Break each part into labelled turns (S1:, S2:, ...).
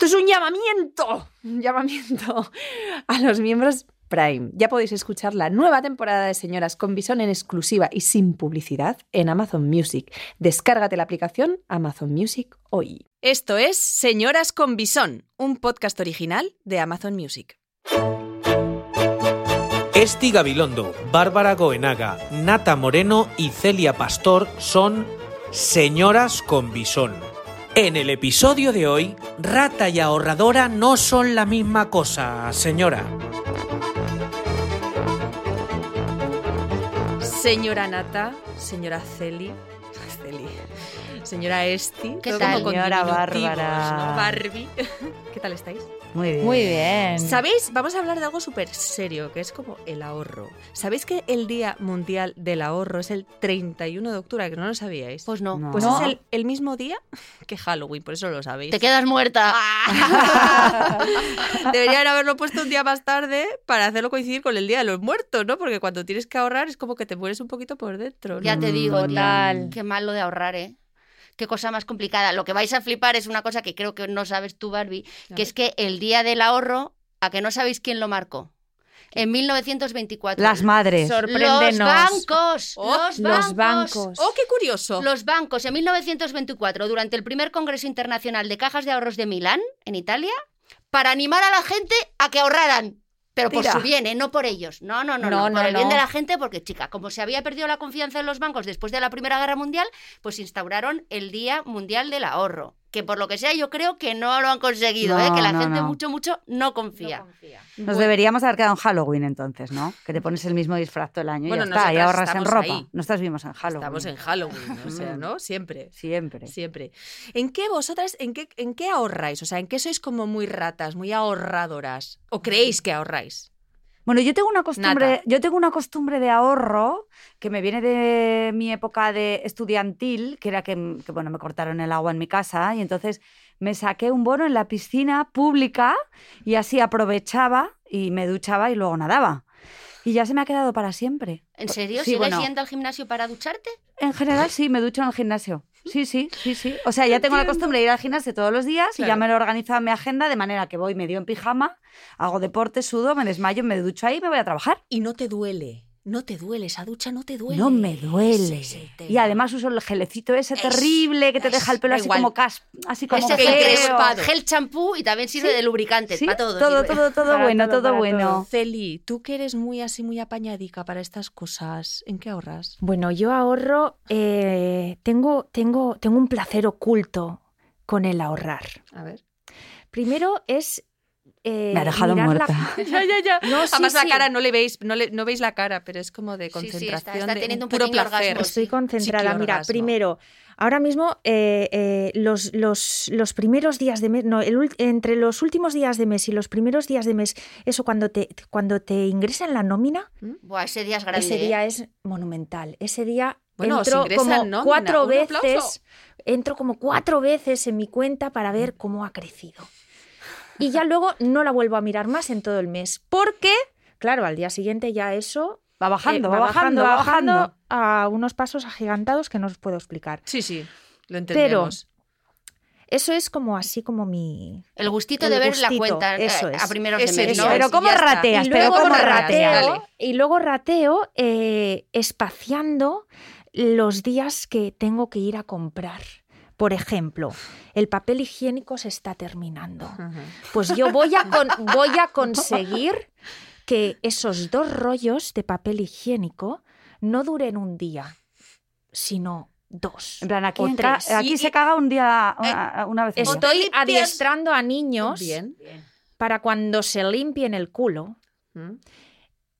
S1: es un llamamiento, un llamamiento a los miembros Prime. Ya podéis escuchar la nueva temporada de Señoras con Bison en exclusiva y sin publicidad en Amazon Music. Descárgate la aplicación Amazon Music hoy.
S2: Esto es Señoras con Bison, un podcast original de Amazon Music.
S3: Esti Gabilondo, Bárbara Goenaga, Nata Moreno y Celia Pastor son Señoras con Bison. En el episodio de hoy, rata y ahorradora no son la misma cosa, señora.
S2: Señora Nata, señora Celi, Celi, señora Esti,
S4: ¿Qué
S2: todo
S4: tal?
S2: como con
S5: Señora
S2: diminutivos,
S5: Bárbara.
S2: ¿no? Barbie. ¿Qué tal estáis?
S5: Muy bien.
S4: Muy bien.
S2: ¿Sabéis? Vamos a hablar de algo súper serio, que es como el ahorro. ¿Sabéis que el Día Mundial del Ahorro es el 31 de octubre? Que no lo sabíais.
S4: Pues no.
S5: No.
S2: Pues es el, el mismo día que Halloween, por eso lo sabéis.
S4: Te quedas muerta.
S2: Deberían haberlo puesto un día más tarde para hacerlo coincidir con el Día de los Muertos, ¿no? Porque cuando tienes que ahorrar es como que te mueres un poquito por dentro. ¿no?
S4: Ya te digo, tío,
S5: Mm, Total.
S4: Qué malo de ahorrar, ¿eh? Qué cosa más complicada. Lo que vais a flipar es una cosa que creo que no sabes tú, Barbie,
S2: A
S4: que
S2: ver.
S4: es que el día del ahorro, a que no sabéis quién lo marcó. En 1924.
S5: Las madres.
S4: Los bancos.
S2: Oh,
S4: los bancos.
S5: los bancos.
S2: ¡Oh, qué curioso!
S4: Los bancos en 1924, durante el primer Congreso Internacional de Cajas de Ahorros de Milán, en Italia, para animar a la gente a que ahorraran. Pero por
S1: Tira.
S4: su bien, ¿eh? no por ellos. No, no, no,
S1: No,
S4: no,
S1: no,
S4: por el bien
S1: no.
S4: de la gente, porque, chica, como se había perdido la confianza en los bancos después de la Primera Guerra Mundial, pues instauraron el Día Mundial del Ahorro. Que por lo que sea, yo creo que no lo han conseguido,
S5: No,
S4: ¿eh? que la
S5: no,
S4: gente
S5: no.
S4: mucho, mucho no confía.
S5: Nos deberíamos haber quedado en Halloween entonces, ¿no? Que te pones el mismo disfraz todo el año y
S2: Bueno,
S5: ya está, y
S2: nosotras
S5: ahorras en
S2: estamos
S5: ropa.
S2: ahí.
S5: Nosotras vivimos en Halloween. Mm.
S2: Estamos en Halloween, o sea, ¿no? Siempre.
S5: Siempre.
S2: Siempre. ¿En qué vosotras, en qué, en qué ahorráis? O sea, ¿en qué sois como muy ratas, muy ahorradoras? ¿O creéis que ahorráis?
S5: Bueno, yo tengo una costumbre,
S2: Nata.
S5: yo tengo una costumbre de ahorro que me viene de mi época de estudiantil, que era que, que, bueno, me cortaron el agua en mi casa y entonces me saqué un bono en la piscina pública y así aprovechaba y me duchaba y luego nadaba. Y ya se me ha quedado para siempre.
S4: ¿En serio?
S5: Sí,
S4: ¿Sigues
S5: bueno.
S4: yendo al gimnasio para ducharte?
S5: En general sí, me ducho en el gimnasio. Sí, sí, sí, sí. O sea, ya tengo la costumbre de ir al gimnasio todos los días y ya
S2: Claro.
S5: me lo organizo en mi agenda de manera que voy medio en pijama, hago deporte, sudo, me desmayo, me ducho ahí y me voy a trabajar.
S2: Y no te duele. No te duele, esa ducha no te duele.
S5: No me
S2: Ese
S5: duele.
S2: es el tema.
S5: y además uso el gelecito ese
S2: Es-
S5: terrible que te deja el pelo
S2: da
S5: así
S2: igual.
S5: como cas, así como
S4: Ese
S2: que
S4: gel,
S5: feo.
S4: crespado. gel champú y también sirve
S5: Sí,
S4: de lubricante,
S5: Sí,
S4: para todo.
S5: todo,
S4: sirve.
S5: todo, todo
S1: Para
S5: bueno,
S1: todo,
S5: todo
S1: para
S5: bueno.
S2: Celi, tú que eres muy así, muy apañadica para estas cosas, ¿en qué ahorras?
S1: Bueno, yo ahorro,
S6: eh, tengo, tengo, tengo un placer oculto con el ahorrar.
S2: A ver.
S6: Primero es. eh,
S5: Me ha dejado
S6: mirar la-
S5: muerta.
S2: Ya, ya, ya.
S6: No, sí,
S2: Además la
S6: sí.
S2: cara no le veis, no, le- no veis la cara, pero es como de
S4: Sí, sí, está-
S2: concentración,
S4: está
S2: de
S4: teniendo un
S2: puro
S4: pequeño
S2: placer.
S4: orgasmo.
S6: Estoy concentrada. Mira,
S2: orgasmo.
S6: primero, ahora mismo eh, eh, los, los, los primeros días de mes, no, el ul- entre los últimos días de mes y los primeros días de mes, eso cuando te, cuando te ingresan la nómina,
S4: Buah, ese día es grande.
S6: Ese
S4: ¿eh?
S6: día es monumental. Ese día
S2: Bueno, os
S6: entro
S2: ingresan
S6: como
S2: nómina.
S6: cuatro
S2: Un aplauso.
S6: veces, entro como cuatro veces en mi cuenta para ver cómo ha crecido. Y ya luego no la vuelvo a mirar más en todo el mes, porque claro, al día siguiente ya eso
S5: Va
S6: eh,
S5: bajando,
S6: va bajando, va
S5: bajando.
S6: bajando a unos pasos agigantados que no os puedo explicar.
S2: Sí, sí, lo entendemos.
S6: Eso es como así como mi
S4: El gustito
S6: El
S4: de ver la
S6: gustito,
S4: cuenta eh,
S6: eso es.
S4: a primeros
S2: Ese
S4: de mes,
S2: día
S4: ¿no?
S2: es.
S5: Pero cómo
S2: ya está.
S5: rateas,
S6: Y
S5: pero
S6: luego
S5: cómo
S2: ratea,
S5: rateas.
S2: dale.
S6: rateo, y luego rateo eh, espaciando los días que tengo que ir a comprar. Por ejemplo, el papel higiénico se está terminando.
S2: Ajá.
S6: Pues yo voy a, con- voy a conseguir que esos dos rollos de papel higiénico no duren un día, sino dos.
S5: En plan, aquí,
S6: o
S5: entra-
S6: tres.
S5: aquí
S2: Y-
S5: se caga un día, una, una vez al día.
S6: Estoy
S2: limpias-
S6: adiestrando a niños
S2: Bien.
S6: para cuando se limpien el culo,
S2: ¿Mm?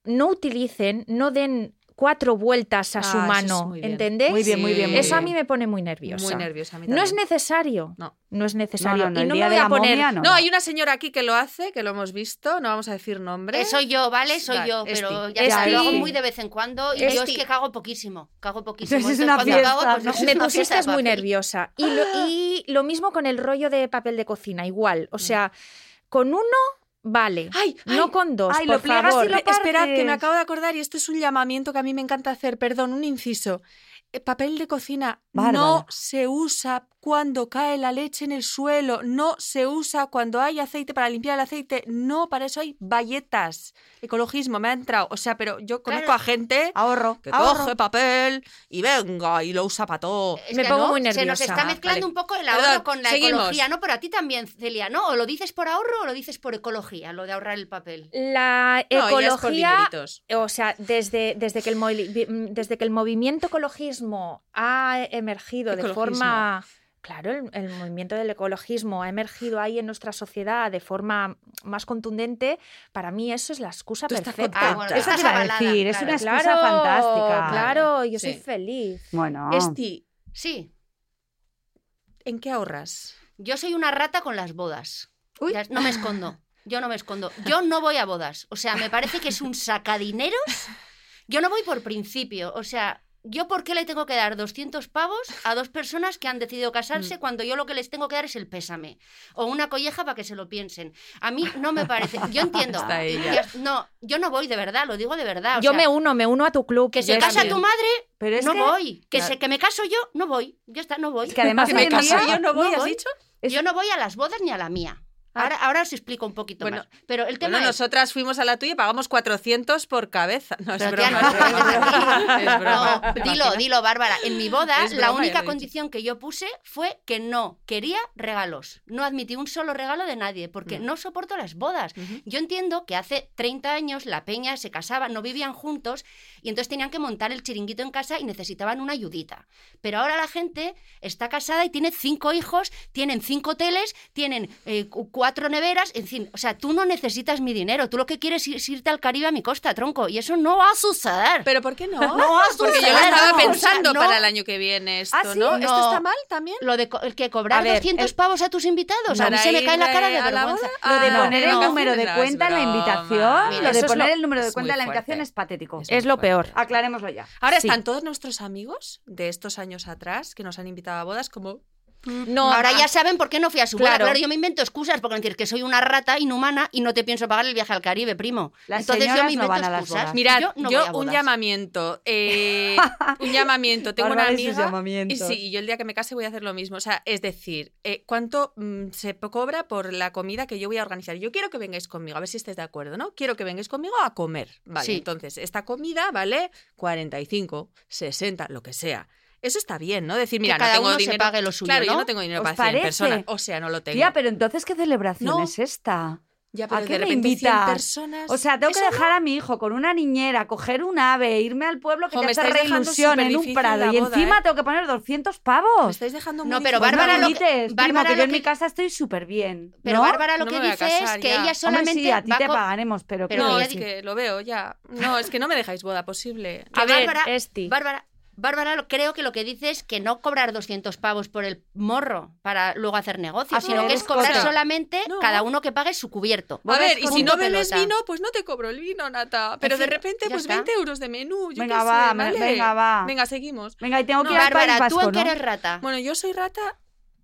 S6: no utilicen, no den cuatro vueltas a su
S2: Ah, eso es
S6: mano,
S2: muy bien.
S6: ¿entendéis?
S5: Muy bien, muy bien, muy
S6: eso a
S5: bien.
S6: mí me pone muy nerviosa.
S2: Muy nerviosa. a mí
S6: no es
S2: también.
S6: necesario.
S2: No.
S6: es necesario.
S5: No, no, no,
S6: y
S5: el
S6: no
S5: día
S6: me voy
S5: de
S6: a
S5: la
S6: poner.
S5: momia,
S2: No, hay una señora aquí que lo hace, que lo hemos visto, no vamos a decir nombre.
S4: Eh, soy yo, ¿vale? Soy
S2: Vale,
S4: yo,
S2: Esti.
S4: pero ya
S6: Esti.
S4: sabes, lo hago muy de vez en cuando y yo es
S6: Esti.
S4: que cago poquísimo, cago poquísimo.
S5: Entonces es
S4: Entonces,
S5: una
S4: cuando
S5: fiesta,
S4: cago, pues
S5: ¿no?
S4: es una
S6: Me
S4: fiesta
S6: pusiste
S4: de
S6: muy
S4: papel.
S6: nerviosa. Y lo, y lo mismo con el rollo de papel de cocina, igual. O sea, con uno vale,
S2: Ay, ay,
S6: no con dos.
S5: ay,
S6: por
S5: lo pliegas y
S6: favor.
S5: lo
S2: Espe- Esperad, que me
S5: partes.
S2: acabo de acordar, y esto es un llamamiento que a mí me encanta hacer, perdón, un inciso. Eh, papel de cocina
S5: Bárbara.
S2: no se usa cuando cae la leche en el suelo, no se usa cuando hay aceite para limpiar el aceite, no, para eso hay bayetas. Ecologismo, me ha entrado. O sea, pero yo conozco
S4: Claro.
S2: a gente
S5: Ahorro.
S2: que
S5: ahorro.
S2: coge papel y venga y lo usa para todo.
S4: Es
S6: Me
S4: que
S6: pongo
S4: no,
S6: muy
S4: Se nos
S6: nerviosa.
S4: está mezclando
S2: Vale.
S4: un poco el
S2: Perdón,
S4: ahorro con la
S2: seguimos.
S4: ecología, ¿no? Pero a ti también, Celia, ¿no? ¿O lo dices por ahorro o lo dices por ecología, lo de ahorrar el papel?
S6: La
S2: No, ya es por
S6: ecología
S2: dineritos.
S6: O sea, desde, desde, que el moli- vi- mm, desde que el movimiento ecologismo ha emergido de
S2: Ecologismo.
S6: forma... Claro, el, el movimiento del ecologismo ha emergido ahí en nuestra sociedad de forma más contundente. Para mí eso es la excusa
S2: Tú estás
S6: perfecta.
S2: contenta.
S4: Ah, bueno,
S5: Eso
S4: estás
S5: te iba a
S4: avalada,
S5: decir, es
S4: claro.
S5: una excusa
S6: Claro,
S5: fantástica.
S6: Claro, yo soy
S2: Sí.
S6: feliz.
S5: Bueno,
S2: Esti,
S4: Sí,
S2: ¿en qué ahorras?
S4: yo soy una rata con las bodas.
S5: Uy.
S4: Ya- No me escondo, yo no me escondo. Yo no voy a bodas. O sea, me parece que es un sacadineros. Yo no voy por principio. O sea, ¿yo por qué le tengo que dar 200 pavos a dos personas que han decidido casarse cuando yo lo que les tengo que dar es el pésame? O una colleja para que se lo piensen. A mí no me parece. Yo entiendo.
S2: Está ella.
S4: Yo- no, yo no voy de verdad, lo digo de verdad. Ah, o
S6: yo
S4: sea,
S6: me uno, me uno a tu club.
S4: Que se
S6: Yo
S4: casa
S6: también.
S4: tu madre,
S5: pero es
S4: no
S5: que,
S4: voy. Que,
S2: Claro.
S4: se, que me caso yo, no voy. Ya está, no voy.
S5: es que además
S2: Que
S5: hoy
S2: me
S5: en
S2: caso
S5: día-
S2: yo no voy,
S4: no
S2: ¿has
S4: voy.
S2: dicho?
S5: es-
S4: Yo no voy a las bodas ni a la mía. Ahora, ahora os explico un poquito
S2: Bueno,
S4: más. Pero el tema
S2: Bueno,
S4: es...
S2: nosotras fuimos a la tuya y pagamos 400 por cabeza. No, es
S4: Pero, tía,
S2: broma.
S4: no
S2: es broma.
S4: te
S2: Es
S4: vengas
S2: broma.
S4: aquí. No, dilo, dilo, Bárbara. En mi boda,
S2: Es broma,
S4: la
S2: ya lo he
S4: única
S2: dicho.
S4: condición que yo puse fue que no quería regalos. No admití un solo regalo de nadie, porque
S2: Mm.
S4: no soporto las bodas.
S2: Ujú.
S4: Yo entiendo que hace 30 años la peña se casaba, no vivían juntos, y entonces tenían que montar el chiringuito en casa y necesitaban una ayudita. Pero ahora la gente está casada y tiene cinco hijos, tienen cinco hoteles, tienen eh, cu- cuatro neveras, en fin, o sea, tú no necesitas mi dinero, tú lo que quieres es irte al Caribe a mi costa, tronco, y eso no va a suceder.
S2: ¿Pero por qué no?
S4: No va a
S2: Porque yo lo
S4: suceder,
S2: estaba
S4: no.
S2: pensando
S4: O sea, no.
S2: para el año que viene esto,
S5: Ah, ¿sí?
S2: ¿no? ¿Esto
S4: No.
S2: está mal también?
S4: Lo de co- el que cobrar
S6: A ver,
S4: 200
S6: el-
S4: pavos a tus invitados, a mí
S2: Para
S4: se me cae la
S2: ir,
S4: cara
S2: eh,
S4: de
S2: a la
S4: vergüenza.
S2: boda,
S5: Lo de
S2: ah,
S5: poner el
S2: no,
S5: número de
S2: no, es
S5: cuenta en la
S2: broma.
S5: invitación,
S2: Mira,
S5: lo
S2: eso
S5: de
S2: es
S5: poner
S2: lo-
S5: el número de
S2: es muy
S5: cuenta en la invitación
S2: fuerte.
S5: es patético.
S2: Es-
S6: Es lo peor.
S4: Ah,
S5: Aclarémoslo ya.
S2: Ahora
S6: Sí.
S2: están todos nuestros amigos de estos años atrás que nos han invitado a bodas como
S6: No,
S4: Ahora ya saben por qué no fui a su boda.
S6: Claro.
S4: Claro, yo me invento excusas porque decir que soy una rata inhumana y no te pienso pagar el viaje al Caribe, primo.
S5: Las
S4: Entonces yo
S5: señoras
S4: me
S5: no
S4: invento
S5: van a las
S4: excusas.
S5: bodas.
S2: Mirad, yo,
S4: no voy a
S2: un
S4: bodas.
S2: llamamiento. eh, un llamamiento. Tengo una
S5: Bárbara y sus
S2: amiga. Y
S5: llamamientos.
S2: sí, y yo el día que me case voy a hacer lo mismo. O sea, es decir, eh, ¿cuánto mm, se po- cobra por la comida que yo voy a organizar? Yo quiero que vengáis conmigo, a ver si estáis de acuerdo, ¿no? Quiero que vengáis conmigo a comer. Vale,
S4: Sí.
S2: entonces, esta comida vale 45, 60, lo que sea. Eso está bien, ¿no? Decir,
S4: Que
S2: mira, no
S4: cada
S2: tengo
S4: uno se
S2: dinero.
S4: pague lo suyo,
S2: claro, yo
S4: ¿no?
S2: no tengo dinero
S5: ¿Os
S2: para 100
S5: parece?
S2: personas. O sea, no lo tengo.
S5: Tía, pero entonces, ¿qué celebración
S2: No.
S5: es esta?
S2: ya,
S5: ¿a
S2: pero
S5: qué
S2: de
S5: me
S2: repente 100
S5: invitas?
S2: personas.
S5: O sea, tengo que
S2: Eso
S5: dejar a mi hijo con una niñera, coger un ave, irme al pueblo que
S2: Jo,
S5: te
S2: me
S5: hace
S2: estáis dejando
S5: reilusión en un
S2: superdifícil
S5: prado
S2: la
S5: y
S2: boda,
S5: encima
S2: ¿eh?
S5: tengo que poner 200
S2: Me
S5: pavos.
S2: estáis dejando muy
S4: No, pero
S2: difícil.
S5: Pues
S4: Bárbara
S5: no
S4: lo
S5: grites, primo,
S4: Bárbara
S5: que yo
S4: lo
S5: en mi
S4: que-
S5: casa estoy súper bien.
S4: Pero Bárbara lo
S2: No me
S4: que
S2: voy a
S4: dice
S2: casar,
S4: es que
S2: ya.
S4: ella solamente
S5: Hombre, sí, a ti
S4: va
S5: te
S4: co-
S5: pagaremos, pero,
S4: Pero
S5: creo
S2: no,
S4: ella
S5: que
S2: es
S4: sí.
S2: que lo veo ya. No, es que no me dejáis boda posible.
S4: Que
S6: a ver,
S4: Bárbara-
S6: Esti.
S4: Bárbara, Bárbara lo- creo que lo que dice es que no cobrar 200 pavos por el morro para luego hacer negocio,
S5: Hacer
S4: sino que es
S5: negocio.
S4: cobrar
S2: O sea,
S4: solamente
S2: no.
S4: cada uno que pague su cubierto.
S2: A
S5: Bodas
S2: ver, y
S5: con
S2: si no
S4: punto
S2: bebes
S4: pelota.
S2: vino, pues no te cobro el vino, Nata. Pero de
S4: fin,
S2: repente,
S4: ya
S2: pues
S4: está.
S2: 20 euros de menú. Pues yo
S5: Venga,
S2: qué sé,
S5: va, me-
S2: ¿vale?
S5: venga, va.
S2: Venga, seguimos.
S5: Venga, y tengo
S2: No,
S5: que ir al País
S4: Bárbara, tú
S5: Vasco,
S4: en que
S5: ¿no?
S4: eres rata.
S2: Bueno, yo soy rata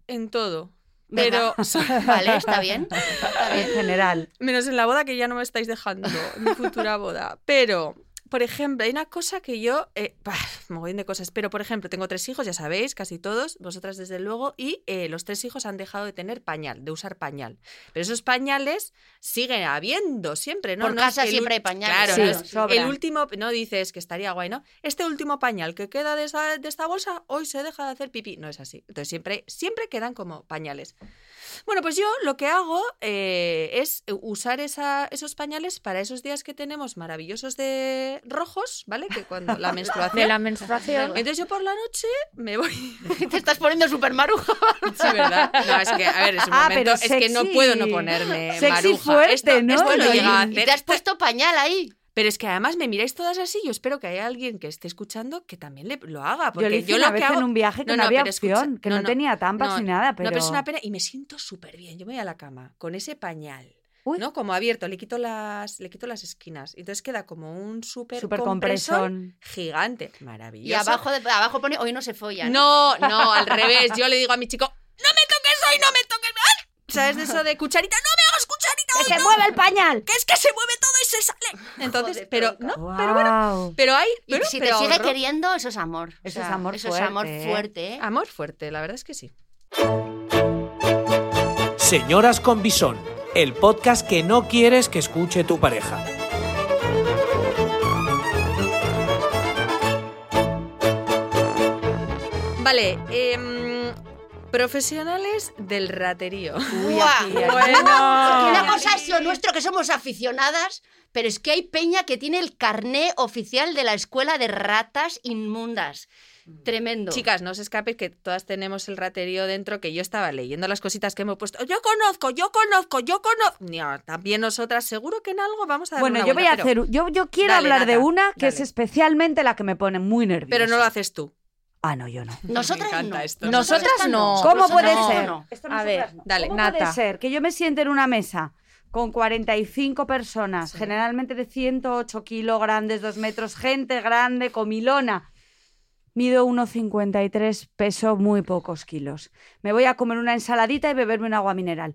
S2: en todo.
S4: Venga.
S2: Pero soy-
S4: Vale, está bien. Está
S5: En
S4: bien.
S5: general.
S2: menos en la boda que ya no me estáis dejando, en mi futura boda. Pero, por ejemplo, hay una cosa que yo, eh, bah, mogollón de cosas, pero por ejemplo, tengo tres hijos, ya sabéis, casi todos, vosotras desde luego, y eh, los tres hijos han dejado de tener pañal, de usar pañal. Pero esos pañales siguen habiendo siempre, ¿no?
S4: Por
S2: No es
S4: casa
S2: el
S4: siempre hay
S2: ul-
S4: pañales.
S2: Claro, no
S5: sí,
S2: es-
S5: sobran.
S2: el último, no dices que estaría guay, ¿no? Este último pañal que queda de esta, de esta bolsa, hoy se deja de hacer pipí. No es así. Entonces siempre, siempre quedan como pañales. Bueno, pues yo lo que hago eh, es usar esa- esos pañales para esos días que tenemos maravillosos de rojos, ¿vale? Que cuando la
S6: de
S2: menstruación.
S6: la menstruación.
S2: Entonces yo por la noche me voy.
S4: Te estás poniendo súper maruja.
S2: Sí, ¿verdad? No, es que, a ver, es un
S5: Ah,
S2: momento.
S5: pero
S2: Es que no
S5: sexy.
S2: puedo no ponerme
S5: Sexy
S2: maruja.
S5: fuerte,
S2: esto,
S5: ¿no?
S2: esto lo
S5: Lo
S2: llega a
S5: in-
S4: Y
S2: hacer.
S4: te has puesto pañal ahí.
S2: Pero es que además me miráis todas así. Yo espero que haya alguien que esté escuchando que también le- lo haga. Porque yo,
S5: Yo le hice
S2: lo
S5: una
S2: que
S5: vez
S2: hago.
S5: en un viaje que
S2: No,
S5: no,
S2: no,
S5: había
S2: pero escucha,
S5: opción, que
S2: no,
S5: no,
S2: no,
S5: tenía tampas
S2: no,
S5: ni nada, pero...
S2: No, pero es una pena. Y me siento súper bien. Yo me voy a la cama con ese pañal.
S5: Uy.
S2: ¿no? Como abierto, le quito las, le quito las esquinas. Y Entonces queda como un súper
S5: Súper
S2: compresor
S5: compresón.
S2: gigante.
S4: Y
S2: Maravilloso.
S4: abajo, de- abajo pone hoy no se follan.
S2: No, no, al revés. Yo le digo a mi chico, no me toques hoy, no me toques. ¡Ah! ¿Sabes de eso de cucharita? ¡No me hagas cucharita hoy!
S5: ¡Que se
S2: no!
S5: mueva el pañal!
S2: Que es que se mueve todo y se sale. Entonces,
S4: Joder,
S2: pero,
S4: tronca.
S2: no, pero bueno.
S5: ¡Guau!
S2: Pero hay.
S4: Y
S2: pero-
S4: si
S2: pero
S4: te sigue
S2: ahorro.
S4: queriendo, eso es amor. O
S5: Eso
S4: sea,
S5: es amor
S4: Eso es amor
S5: fuerte, ¿eh?
S2: Ah,
S4: fuerte, ¿eh?
S2: Amor fuerte, la verdad es que sí.
S3: Señoras con Bisón, el podcast que no quieres que escuche tu pareja.
S2: Vale, em, profesionales del raterío.
S4: ¡Buah!
S2: Bueno.
S4: Una cosa es lo nuestro, que somos aficionadas, pero es que hay peña que tiene el carné oficial de la escuela de ratas inmundas. Tremendo.
S2: Chicas, no os escapéis que todas tenemos el raterío dentro que yo estaba leyendo las cositas que hemos puesto. Yo conozco, yo conozco, yo conozco. No, también nosotras seguro que en algo vamos a dar
S5: Bueno,
S2: una
S5: yo voy
S2: vuelta,
S5: a
S2: pero-
S5: hacer. Yo, yo quiero
S2: Dale,
S5: hablar de
S2: Nata,
S5: una que es
S2: dale.
S5: especialmente la que me pone muy nerviosa.
S2: Pero no lo haces tú.
S5: Ah, no, yo no.
S4: Nosotras
S2: Me encanta
S4: no.
S2: esto.
S4: Nosotras
S7: Nosotras no.
S5: ¿Cómo
S4: Nosotras
S5: puede
S4: no.
S5: ser?
S4: No.
S5: Esto
S7: A ver,
S5: nosotras no.
S2: dale,
S5: ¿Cómo
S7: Nata.
S5: puede ser que yo me siente en una mesa con 45 personas, generalmente de 108 kilos, grandes, 2 metros, gente grande, comilona? Mido 1,53, peso muy pocos kilos. Me voy a comer una ensaladita y beberme un agua mineral.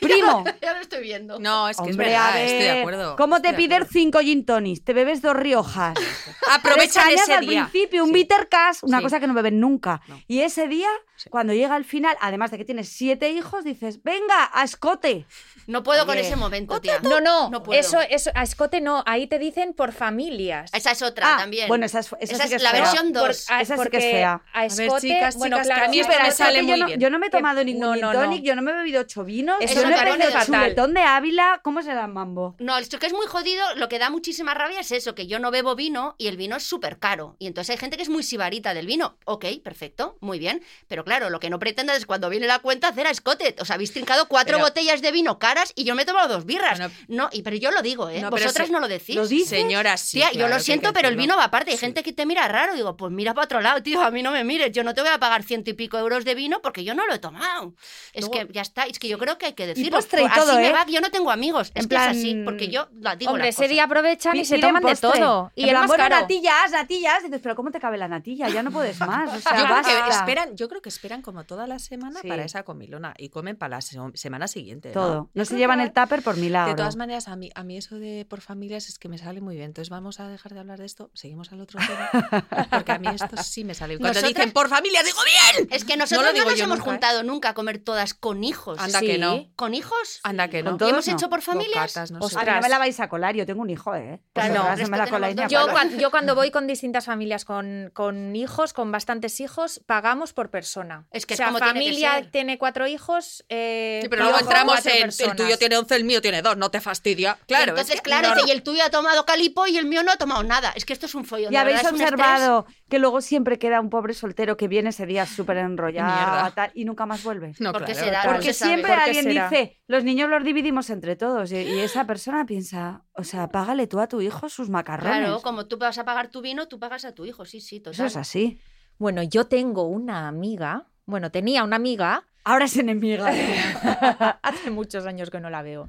S5: Primo,
S4: Ya lo estoy viendo.
S2: No, es que
S5: Hombre,
S2: es verdad,
S5: a ver,
S2: estoy de acuerdo.
S5: ¿Cómo
S2: estoy de
S5: te piden
S2: acuerdo.
S5: cinco gin tonis? Te bebes dos riojas. Tres
S2: Aprovecha
S5: cañas
S2: ese
S5: al
S2: día.
S5: principio, un
S2: Sí.
S5: bitter cash, una
S2: Sí.
S5: cosa que no beben nunca.
S2: No.
S5: Y ese día,
S2: Sí.
S5: cuando llega al final, además de que tienes siete hijos, dices, venga, a escote.
S4: No puedo con
S5: Oye.
S4: ese momento, tía.
S6: No, no,
S4: No puedo.
S6: eso, eso, a escote no, ahí te dicen por familias.
S4: Esa es otra
S5: Ah,
S4: también.
S5: bueno, esa es- esa sí que es ah.
S4: la
S5: fea.
S4: versión
S6: Por-
S4: 2.
S6: a-
S5: Esa sí que es
S6: porque
S5: fea.
S6: A escote,
S2: chicas,
S6: bueno,
S2: chicas, que
S6: claro,
S2: a mí
S6: hay
S2: espera,
S5: Pero
S2: me
S6: otra
S2: sale
S5: que
S6: que
S5: yo
S2: muy
S5: no,
S2: bien.
S5: yo no me he
S6: Que-
S5: tomado ningún
S6: no,
S5: gin
S6: no, no.
S5: tonic, yo no me he bebido ocho vinos.
S6: Eso
S5: yo
S4: me
S5: no he
S4: parece
S5: bebido
S6: fatal.
S5: chuletón de Ávila. ¿Cómo será el mambo?
S4: No, esto que es muy jodido, lo que da muchísima rabia es eso, que yo no bebo vino y el vino es súper caro. Y entonces hay gente que es muy sibarita del vino. Ok, perfecto, muy bien. Pero claro, lo que no pretendas es cuando viene la cuenta hacer a escote. Os habéis trincado cuatro
S2: Pero-
S4: botellas de vino caras y yo me he tomado dos birras.
S2: Bueno,
S4: no, y, pero yo lo digo, ¿eh?
S2: No, pero
S4: Vosotras
S2: se-
S4: no lo decís.
S5: lo dices.
S2: Señora, sí.
S4: Tía,
S2: claro
S4: yo
S2: que
S4: lo
S2: hay
S4: siento,
S2: que
S4: pero el
S2: decirlo.
S4: vino va aparte. Hay
S2: Sí.
S4: gente que te mira raro. Digo, pues mira para otro lado, tío. A mí no me mires. Yo no te voy a pagar ciento y pico euros de vino porque yo no lo he tomado. Es
S2: Luego-
S4: que ya está. Es que yo creo que hay que decirlo. pues,
S5: postre y
S4: Así
S5: todo,
S4: me
S5: ¿eh?
S4: va que yo no tengo amigos. Es
S5: En
S4: que es
S5: plan,
S4: así. Porque yo la digo
S7: Hombre,
S4: las
S7: ese
S4: cosas.
S7: día aprovechan y se
S5: Piden
S7: toman de
S5: postre.
S7: todo. Y
S5: En
S7: el
S5: plan,
S7: más
S5: bueno,
S7: caro.
S5: natillas, natillas. Dices, pero ¿cómo te cabe la natilla? Ya no puedes más. O sea,
S2: Yo creo, que
S5: basta.
S2: esperan, yo creo que esperan como toda la semana
S5: Sí.
S2: para esa comilona y comen para la se- semana siguiente. Eh, ¿no?
S5: Todo. No
S2: Yo
S5: se
S2: creo
S5: llevan
S2: que
S5: el tupper por
S2: De
S5: milagro.
S2: todas maneras, a mí, a mí eso de por familias es que me sale muy bien. Entonces vamos a dejar de hablar de esto, seguimos al otro tema, porque a mí esto sí me sale bien. Cuando
S4: Nosotras-
S2: dicen por familias, digo bien.
S4: Es que
S2: No
S4: nosotros
S2: lo
S4: no,
S2: digo
S4: nos
S2: yo
S4: hemos
S2: nunca, ¿eh?
S4: juntado nunca a comer todas con hijos.
S2: Anda
S4: Sí.
S2: que no.
S4: ¿Con hijos?
S2: Anda que no.
S5: Con todos
S4: ¿Hemos
S5: no.
S4: hecho por familias?
S2: Bocatas, no sé.
S5: A mí no me la vais a colar, yo tengo un hijo, ¿eh?
S4: Claro,
S5: Vosotras
S4: no,
S5: no me la
S4: esto
S5: coláis ni a
S4: tenemos dos.
S5: palo.
S6: Yo, cuan- yo cuando voy con distintas familias, con, con hijos, con bastantes hijos, pagamos por persona.
S4: Es que
S6: o
S4: es
S6: sea,
S4: como tiene que
S6: familia
S4: ser.
S6: tiene cuatro hijos. eh,
S2: Sí, pero
S6: yo
S2: luego
S6: con
S2: entramos
S6: cuatro
S2: en el
S6: personas.
S2: tuyo tiene 11, el mío tiene 2, no te fastidia. Claro,
S4: Y entonces,
S2: es que
S4: claro,
S2: no-
S4: dice, y el tuyo ha tomado calipo y el mío no ha tomado nada. Es que esto es un follón.
S5: Y
S4: de
S5: habéis
S4: verdad, es un estrés.
S5: observado que luego siempre queda un pobre soltero que viene ese día súper enrollado
S2: Mierda.
S5: a tal, y nunca más vuelve.
S2: no,
S4: porque
S2: claro,
S4: será,
S2: tal.
S4: no
S5: Porque
S4: se sabe.
S5: siempre
S6: ¿Por qué
S5: alguien
S6: será?
S5: dice, los niños los dividimos entre todos. Y, y esa persona piensa, o sea, págale tú a tu hijo sus macarrones.
S4: Claro, como tú vas a pagar tu vino, tú pagas a tu hijo. Sí, sí, total.
S5: Eso es así.
S6: Bueno, yo tengo una amiga, bueno, tenía una amiga,
S5: Ahora es enemiga.
S6: hace muchos años que no la veo,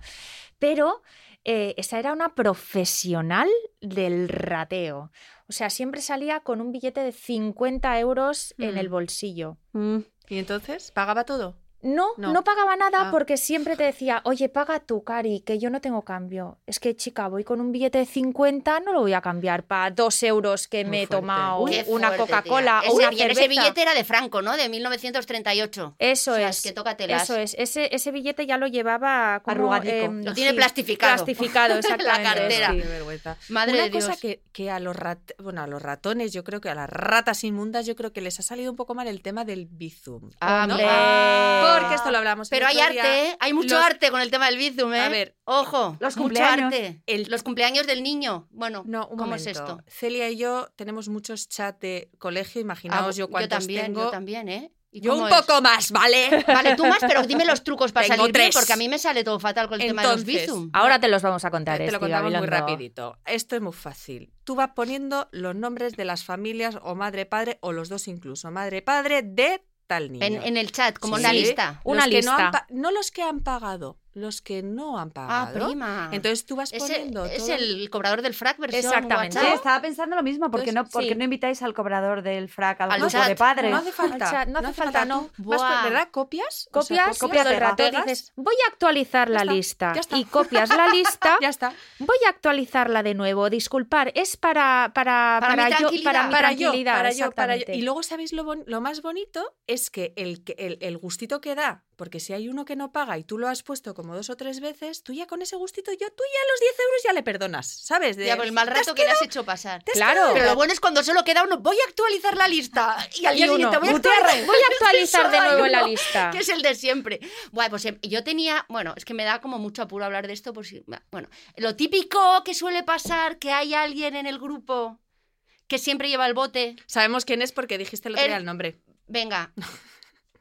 S6: pero eh, esa era una profesional del rateo. O sea, siempre salía con un billete de 50 euros en
S2: Hmm.
S4: Mm.
S6: el bolsillo.
S5: Mm.
S2: ¿Y entonces? ¿Pagaba todo?
S6: No, no,
S2: No.
S6: pagaba
S2: Ah.
S6: nada porque siempre te decía, oye, paga tú, Cari, que yo no tengo cambio. Es que, chica, voy con un billete de 50, no lo voy a cambiar para dos euros que
S2: Muy
S6: me he
S2: fuerte.
S6: tomado
S4: Qué
S6: una
S4: fuerte,
S6: Coca-Cola
S4: tía.
S6: o
S4: Ese
S6: una
S4: bien,
S6: cerveza.
S4: Ese billete era de Franco, ¿no? De 1938.
S6: Eso
S4: O sea,
S6: es.
S4: que tócatelas.
S6: Eso es, ese, ese billete ya lo llevaba como,
S5: Arrugadico.
S2: em,
S4: Lo tiene plastificado.
S6: Plastificado, exactamente.
S4: La cartera.
S6: sí.
S2: Qué vergüenza.
S4: Madre
S2: Una
S4: de Dios.
S2: cosa que, que a los rat- bueno, a los ratones, yo creo que a las ratas inmundas, yo creo que les ha salido un poco mal el tema del bizum.
S4: Ah,
S2: ¿no?
S4: hombre.
S2: Porque esto lo hablamos. el
S4: Pero hay
S2: otro
S4: arte,
S2: día.
S4: ¿eh? hay mucho
S2: los-
S4: arte con el tema del bizum, ¿eh?
S2: A ver,
S4: ojo,
S5: los
S4: mucho
S5: cumpleaños.
S4: arte.
S2: El-
S4: Los cumpleaños del niño. Bueno,
S2: No, un
S4: ¿cómo
S2: momento.
S4: es esto?
S2: Celia y yo tenemos muchos chats de colegio,
S4: Ah,
S2: imaginaos yo cuántos
S4: también,
S2: tengo.
S4: Yo también, ¿eh? ¿Y
S2: Yo
S4: cómo
S2: un
S4: es?
S2: poco más, ¿vale?
S4: Vale, tú más, pero dime los trucos para
S2: Tengo
S4: salir bien,
S2: tres.
S4: porque a mí me sale todo fatal con el tema de los
S2: Entonces, ah,
S4: bizum.
S6: Ahora te los vamos a contar.
S4: este,
S2: Te lo
S6: Esti
S2: contamos muy
S6: Gabilondo.
S2: rapidito. Esto es muy fácil. Tú vas poniendo los nombres de las familias o madre, padre o los dos incluso, madre, padre de tal niño.
S4: En, en el chat, como
S2: Sí,
S4: una
S2: sí.
S4: lista.
S2: Los
S6: Una
S2: que no han
S6: lista.
S2: pa- No, los que han pagado, los que no han
S4: Ah,
S2: pagado.
S4: prima.
S2: Entonces tú vas
S4: es, el,
S2: poniendo
S4: es
S2: todo-
S4: el cobrador del frac versión
S6: Exactamente.
S5: Sí,
S4: WhatsApp.
S5: estaba pensando lo mismo. ¿Por qué no,
S2: Entonces,
S5: por qué
S6: sí.
S5: no invitáis al cobrador del frac al
S4: Pues Al
S5: grupo
S4: chat.
S5: de padres?
S2: No hace falta.
S6: O sea, no hace falta, no.
S2: Tú vas,
S6: Buah.
S2: ¿Verdad? Copias. o sea,
S6: Copias,
S5: copias,
S6: todo el
S5: pega,
S6: rato
S2: pegas.
S6: dices, voy a actualizar la
S2: está,
S6: lista.
S2: ya está.
S6: Y copias la lista,
S2: ya está.
S6: voy a actualizarla de nuevo. Disculpar, es para, para,
S4: Para mi
S6: yo,
S4: tranquilidad.
S6: para mi
S2: para yo,
S6: tranquilidad.
S2: para yo, para yo.
S6: exactamente.
S2: Y luego, ¿sabéis lo, bon- lo más bonito? Es que el, que- el, el gustito que da, porque si hay uno que no paga y tú lo has puesto como dos o tres veces, tú ya con ese gustito, ya, tú ya los 10 euros ya le perdonas, ¿sabes? De-
S4: Ya, por el mal
S2: te has
S4: rato que le has hecho pasar.
S2: te has
S6: Claro.
S2: quedado-
S4: Pero lo bueno es cuando solo queda uno, voy a actualizar la lista. Y al
S6: Y
S4: día
S6: uno,
S4: siguiente voy a
S6: Gutiérrez,
S4: actualizar,
S6: voy a actualizar de
S4: Solo hay
S6: nuevo la
S4: uno,
S6: lista.
S4: Que es el de siempre. Bueno, pues eh, yo tenía, bueno, es que me da como mucho apuro hablar de esto, por si- bueno, lo típico que suele pasar, que hay alguien en el grupo que siempre lleva el bote.
S2: Sabemos quién es porque dijiste el otro
S4: El-
S2: día el nombre.
S4: Venga,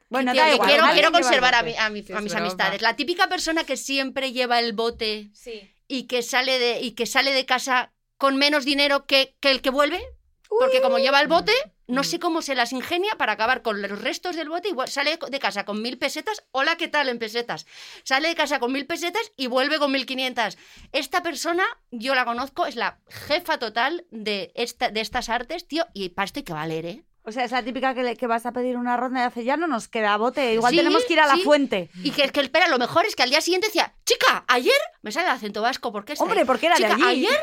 S5: Bueno,
S4: tío,
S5: da
S4: que
S5: igual.
S4: quiero,
S5: alguien
S4: quiero
S5: lleva el
S4: conservar a,
S5: bote.
S4: mi- a mi-
S2: Sí,
S4: a
S2: es
S4: mis
S2: broma.
S4: amistades. La típica persona que siempre lleva el bote
S6: Sí.
S4: y que sale de, y que sale de casa con menos dinero que, que el que vuelve, porque como lleva el bote,
S2: Mm.
S4: no sé cómo se las ingenia para acabar con los restos del bote y vuel- sale de casa con mil pesetas. Hola, ¿qué tal en pesetas? Sale de casa con mil pesetas y vuelve con mil quinientas. Esta persona, yo la conozco, es la jefa total de, esta, de estas artes, tío, y para esto hay que valer, ¿eh?
S5: O sea, es la típica que, le- que vas a pedir una ronda y hace ya no nos queda bote. Igual
S4: Sí,
S5: tenemos que ir a la
S4: sí.
S5: fuente.
S4: Y que, que espera, lo mejor es que al día siguiente decía, chica, ayer me sale el acento vasco, ¿por qué está
S5: Hombre,
S4: ahí?
S5: porque era de
S4: chica,
S5: allí.
S4: ayer,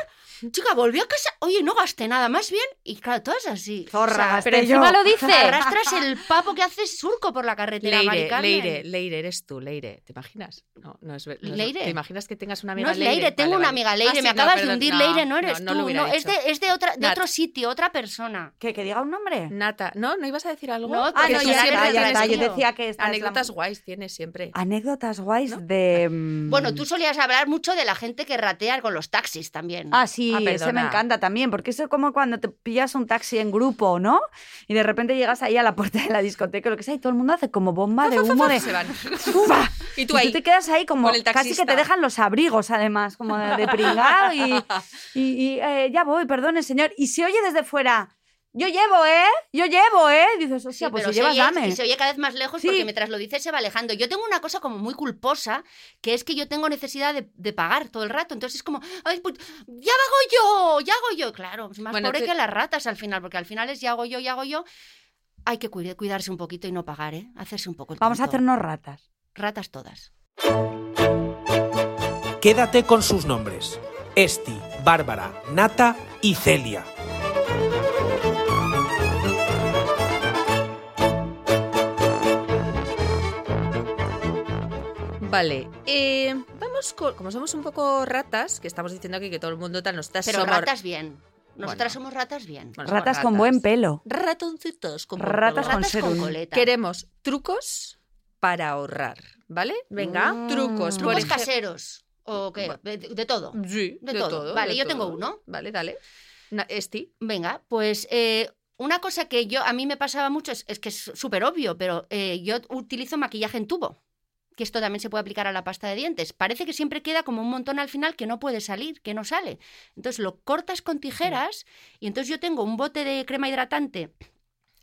S4: chica, volví a casa, oye, no gasté nada, más bien, y claro, todas así.
S5: Zorra,
S6: Pero
S5: gasté
S6: encima
S5: yo.
S6: lo dice.
S4: Arrastras el papo que hace surco por la carretera, Mari
S2: Leire,
S4: Carmen.
S2: Leire, Leire, eres tú, Leire. ¿Te imaginas? No, no es ver- no es-
S4: Leire.
S2: ¿Te imaginas que tengas una amiga
S4: No es Leire, tengo
S2: Vale, vale.
S4: una amiga
S2: Ah,
S4: Leire,
S2: sí,
S4: me
S2: no,
S4: acabas de
S2: perdón,
S4: hundir, Leire, no eres
S2: no,
S4: tú,
S2: lo hubiera
S4: no, es,
S2: hecho.
S4: de, es de, otra, de
S2: Nat.
S4: otro sitio, otra persona.
S5: ¿Que, que diga un nombre.
S2: Nata, ¿no? ¿No ibas a decir algo?
S4: No,
S5: Ah,
S4: porque
S5: no,
S4: tú
S5: ya
S4: siempre
S5: está, ya
S4: tienes
S5: está. Yo
S4: lío.
S5: decía que esta es la-
S2: Anécdotas guays tienes siempre.
S5: Anécdotas guays de... mm,
S4: Bueno, tú solías hablar mucho de la gente que ratea con los taxis también.
S5: Ah, sí,
S2: Ah,
S5: ese me
S2: perdona.
S5: encanta también, porque eso es como cuando te pillas un taxi en grupo, ¿no? Y de repente llegas ahí a la puerta de la discoteca, lo que sea, y todo el mundo hace como bomba de humo de...
S2: Se van.
S5: ¡Ufa!
S2: Y
S5: Y
S2: tú ahí.
S5: te quedas ahí como
S2: con el
S5: casi que
S2: taxista.
S5: te dejan los abrigos, además, como de, de pringao y, y- y, eh, ya voy, perdone, señor. Y se oye desde fuera, yo llevo, ¿eh? Yo llevo, ¿eh? Dices,
S4: Sí,
S5: hostia, pues
S4: pero
S5: si
S4: se
S5: llevas,
S4: oye-
S5: dame.
S4: y se oye cada vez más lejos
S5: Sí.
S4: porque mientras lo dices se va alejando. Yo tengo una cosa como muy culposa, que es que yo tengo necesidad de, de pagar todo el rato. Entonces es como, "Ay, pues, ya hago yo, ya hago yo. Claro, es más
S2: Bueno,
S4: pobre
S2: te-
S4: que las ratas al final, porque al final es ya hago yo, ya hago yo. Hay que cuide- cuidarse un poquito y no pagar, ¿eh? Hacerse un poco el
S5: Vamos a
S4: tonto.
S5: hacernos ratas.
S4: Ratas todas.
S3: Quédate con sus nombres. Esti, Bárbara, Nata y Celia.
S2: Vale, eh, vamos con. Como somos un poco ratas, que estamos diciendo aquí que todo el mundo tal, nos
S4: Pero
S2: somos,
S4: ratas bien. Nosotras
S2: Bueno.
S4: somos ratas bien.
S2: bueno, somos
S5: ratas, con buen pelo.
S2: Ratoncitos con buen
S5: Ratas
S2: pelo.
S5: con
S4: ratas con
S5: serum.
S4: coleta.
S2: Queremos trucos para ahorrar, ¿vale?
S6: Venga.
S5: Mm.
S2: Trucos, por
S4: Trucos
S2: ej-
S4: caseros. ¿O qué?
S2: Bueno.
S4: De, de todo.
S2: Sí,
S4: De todo. Vale, yo tengo uno.
S2: Vale, dale. Na- Esti.
S4: Venga, pues eh, una cosa que yo a mí me pasaba mucho es, es que es súper obvio, pero eh, yo utilizo maquillaje en tubo, que esto también se puede aplicar a la pasta de dientes. Parece que siempre queda como un montón al final que no puede salir, que no sale. Entonces lo cortas con tijeras y entonces yo tengo un bote de crema hidratante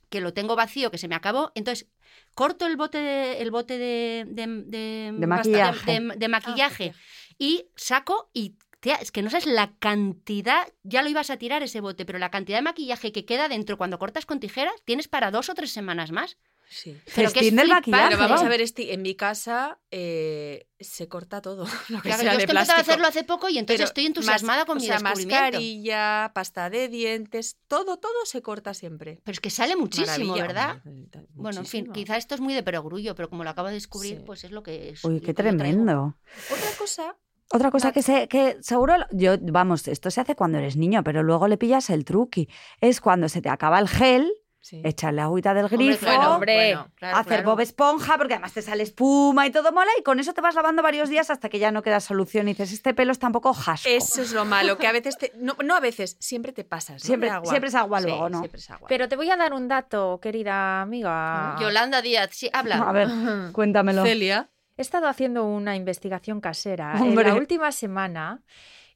S4: que lo tengo vacío, que se me acabó, entonces corto el bote de, el bote de, de, de-
S5: De
S4: basta-
S5: maquillaje. Ah,
S4: de- de- de maquillaje
S2: Ah,
S4: y saco y tía, es que no sabes la cantidad, ya lo ibas a tirar ese bote, pero la cantidad de maquillaje que queda dentro cuando cortas con tijeras, tienes para dos o tres semanas más.
S2: Sí.
S4: Pero que es
S5: Festín del
S4: flipante.
S5: maquillaje.
S2: Pero vamos a ver, Esti, en mi casa eh, se corta todo lo que
S4: Claro,
S2: sea
S4: yo
S2: de
S4: es que
S2: plástico.
S4: empezaba a hacerlo hace poco y entonces
S2: Pero
S4: estoy
S2: mas-
S4: entusiasmada con
S2: o
S4: mi
S2: sea,
S4: descubrimiento.
S2: mascarilla, pasta de dientes, todo, todo se corta siempre.
S4: Pero es que sale muchísimo,
S2: Maravilla.
S4: ¿verdad?
S2: Hombre,
S4: Bueno, en fin,
S2: muchísimo.
S4: quizá esto es muy de perogrullo, pero como lo acabo de descubrir,
S2: Sí.
S4: pues es lo que es.
S5: Uy,
S4: lo
S5: qué
S4: que yo traigo.
S5: tremendo.
S2: Otra cosa,
S5: Otra cosa
S2: Nat-
S5: que sé que seguro lo- yo vamos, esto se hace cuando eres niño, pero luego le pillas el truqui. Es cuando se te acaba el gel,
S2: sí.
S5: echarle agüita del
S4: Hombre,
S5: grifo.
S4: claro,
S6: hombre,
S2: bueno,
S4: claro,
S5: hacer
S4: claro.
S5: Bob Esponja, porque además te sale espuma y todo mola, y con eso te vas lavando varios días hasta que ya no queda solución. Y dices, este pelo está un poco jasco.
S2: Eso es lo malo, que a veces, te- no, no a veces, siempre te pasas. ¿no?
S5: siempre,
S2: de agua.
S5: siempre es agua
S2: Sí,
S5: luego, ¿no?
S2: Siempre es agua.
S6: Pero te voy a dar un dato, querida amiga.
S4: Yolanda Díaz, sí, habla.
S5: A ver, cuéntamelo.
S2: Celia.
S6: He estado haciendo una investigación casera
S5: Hombre.
S6: en la última semana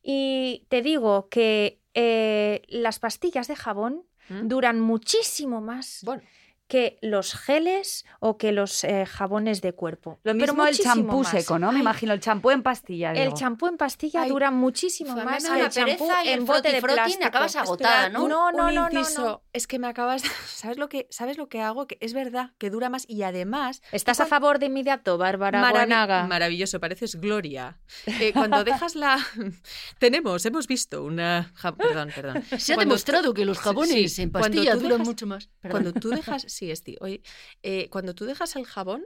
S6: y te digo que eh, las pastillas de jabón
S2: ¿Mm?
S6: duran muchísimo más
S2: Bueno,
S6: que los geles o que los eh, jabones de cuerpo.
S5: Lo
S6: Pero
S5: mismo el
S6: muchísimo
S5: champú
S6: más.
S5: seco, ¿no? Me
S6: Ay,
S5: imagino, el champú en pastilla.
S6: El
S5: digo.
S6: champú en pastilla
S2: Ay,
S6: dura muchísimo
S4: fue, a mí
S6: más
S4: me da
S6: que
S4: una
S6: el champú
S4: pereza y el
S6: en bote de
S4: froti-froti, me
S6: plástico.
S4: acabas agotada,
S6: Esperad,
S4: ¿no?
S6: No, no,
S2: un
S6: no, no,
S2: inciso.
S6: no.
S2: Es que me acabas. ¿Sabes lo que, ¿Sabes lo que hago? Que es verdad que dura más y además.
S6: ¿Estás
S2: tú
S6: a
S2: cuando-
S6: favor de inmediato, Bárbara
S2: Maravi-
S6: Guanaga?
S2: Maravilloso, pareces Gloria. Eh, cuando dejas la. Tenemos, hemos visto una. ja- Perdón, perdón.
S4: Se ha
S2: Cuando-
S4: demostrado que los
S2: Sí,
S4: jabones
S2: sí.
S4: en
S2: Cuando
S4: pastilla
S2: tú
S4: duran
S2: dejas-
S4: mucho más. Perdón.
S2: Cuando tú dejas. Sí, Esti, oye, eh, cuando tú dejas el jabón,